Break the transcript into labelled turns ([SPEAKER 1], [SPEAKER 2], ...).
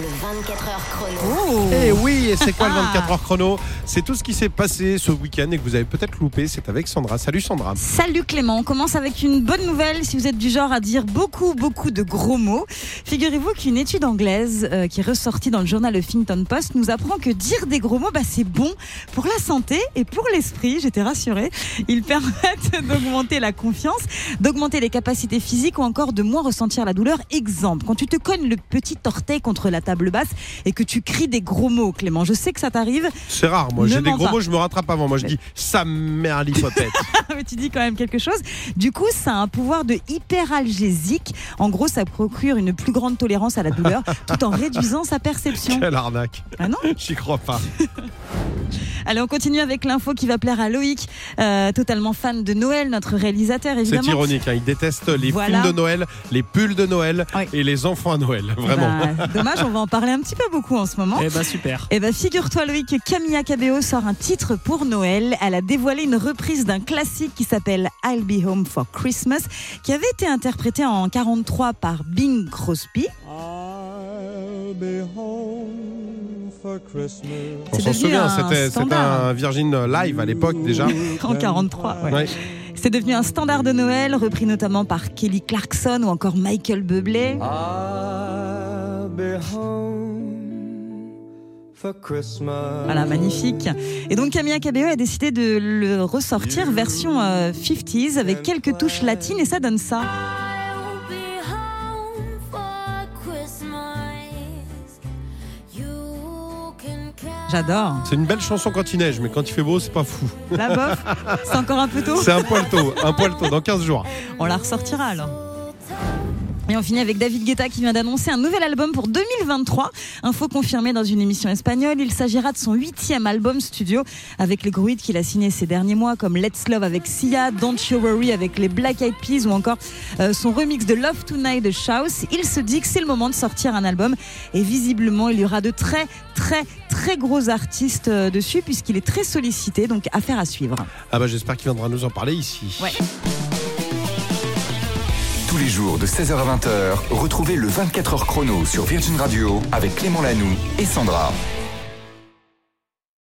[SPEAKER 1] Le 24 heures chrono.
[SPEAKER 2] Eh
[SPEAKER 3] Oh
[SPEAKER 2] oui, et c'est quoi le
[SPEAKER 3] Ah.
[SPEAKER 2] 24 heures chrono C'est tout ce qui s'est passé ce week-end et que vous avez peut-être loupé. C'est avec Sandra. Salut Sandra.
[SPEAKER 3] Salut Clément, on commence avec une bonne nouvelle si vous êtes du genre à dire beaucoup, beaucoup de gros mots. Figurez-vous qu'une étude anglaise euh, qui est ressortie dans le journal Huffington Post nous apprend que dire des gros mots, bah, c'est bon pour la santé et pour l'esprit, j'étais rassurée. Ils permettent d'augmenter la confiance, d'augmenter les capacités physiques ou encore de moins ressentir la douleur. Exemple, quand tu te cognes le petit orteil contre la table basse et que tu cries des gros mots, Clément, je sais que ça t'arrive,
[SPEAKER 2] C'est rare, moi.
[SPEAKER 3] Ne
[SPEAKER 2] J'ai des
[SPEAKER 3] mens
[SPEAKER 2] gros
[SPEAKER 3] pas.
[SPEAKER 2] mots, je me rattrape avant. Moi, je dis ça merlipopette.
[SPEAKER 3] mais tu dis quand même quelque chose. Du coup, ça a un pouvoir de hyperalgésique. En gros, ça procure une plus grande tolérance à la douleur tout en réduisant sa perception.
[SPEAKER 2] Quelle arnaque.
[SPEAKER 3] Ah non
[SPEAKER 2] J'y crois pas.
[SPEAKER 3] Allez, on continue avec l'info qui va plaire à Loïc, euh, totalement fan de Noël, notre réalisateur
[SPEAKER 2] C'est
[SPEAKER 3] évidemment.
[SPEAKER 2] ironique. hein. Il déteste les
[SPEAKER 3] Voilà.
[SPEAKER 2] films de Noël, les pulls de Noël
[SPEAKER 3] Oui.
[SPEAKER 2] et les enfants à Noël. Vraiment.
[SPEAKER 3] Bah, dommage, on va en parler un petit peu beaucoup en ce moment.
[SPEAKER 4] Eh ben super.
[SPEAKER 3] Eh ben figure-toi Loïc que Camilla Cabello sort un titre pour Noël. Elle a dévoilé une reprise d'un classique qui s'appelle I'll Be Home for Christmas, qui avait été interprété en 43 par Bing Crosby.
[SPEAKER 5] I'll be home for Christmas.
[SPEAKER 2] On
[SPEAKER 3] C'est
[SPEAKER 2] s'en
[SPEAKER 3] devenu
[SPEAKER 2] souvient,
[SPEAKER 3] un
[SPEAKER 2] c'était c'était
[SPEAKER 3] standard.
[SPEAKER 2] un Virgin Live à l'époque déjà.
[SPEAKER 3] En 43, ouais.
[SPEAKER 2] Ouais.
[SPEAKER 3] C'est devenu un standard de Noël, repris notamment par Kelly Clarkson ou encore Michael Bublé.
[SPEAKER 5] I'll be home for Christmas.
[SPEAKER 3] Voilà, magnifique. Et donc Camilla Cabello a décidé de le ressortir version euh, 50s avec quelques touches latines et ça donne ça.
[SPEAKER 6] I'll be home for Christmas. You can count
[SPEAKER 3] J'adore.
[SPEAKER 2] C'est une belle chanson quand il neige, mais quand il fait beau, c'est pas fou.
[SPEAKER 3] La bof, c'est encore un peu tôt.
[SPEAKER 2] C'est un poil tôt, un poil tôt, dans 15 jours.
[SPEAKER 3] On la ressortira alors. Et on finit avec David Guetta qui vient d'annoncer un nouvel album pour 2023. Info confirmée dans une émission espagnole. Il s'agira de son huitième album studio avec les gros hits qu'il a signés ces derniers mois comme Let's Love avec Sia, Don't You Worry avec les Black Eyed Peas ou encore euh, son remix de Love Tonight de Shouse. Il se dit que c'est le moment de sortir un album et visiblement il y aura de très très très gros artistes euh, dessus puisqu'il est très sollicité donc affaire à suivre.
[SPEAKER 2] Ah bah j'espère qu'il viendra nous en parler ici.
[SPEAKER 3] Ouais.
[SPEAKER 7] Tous les jours de 16h à 20h, retrouvez le 24h chrono sur Virgin Radio avec Clément Lanoux et Sandra.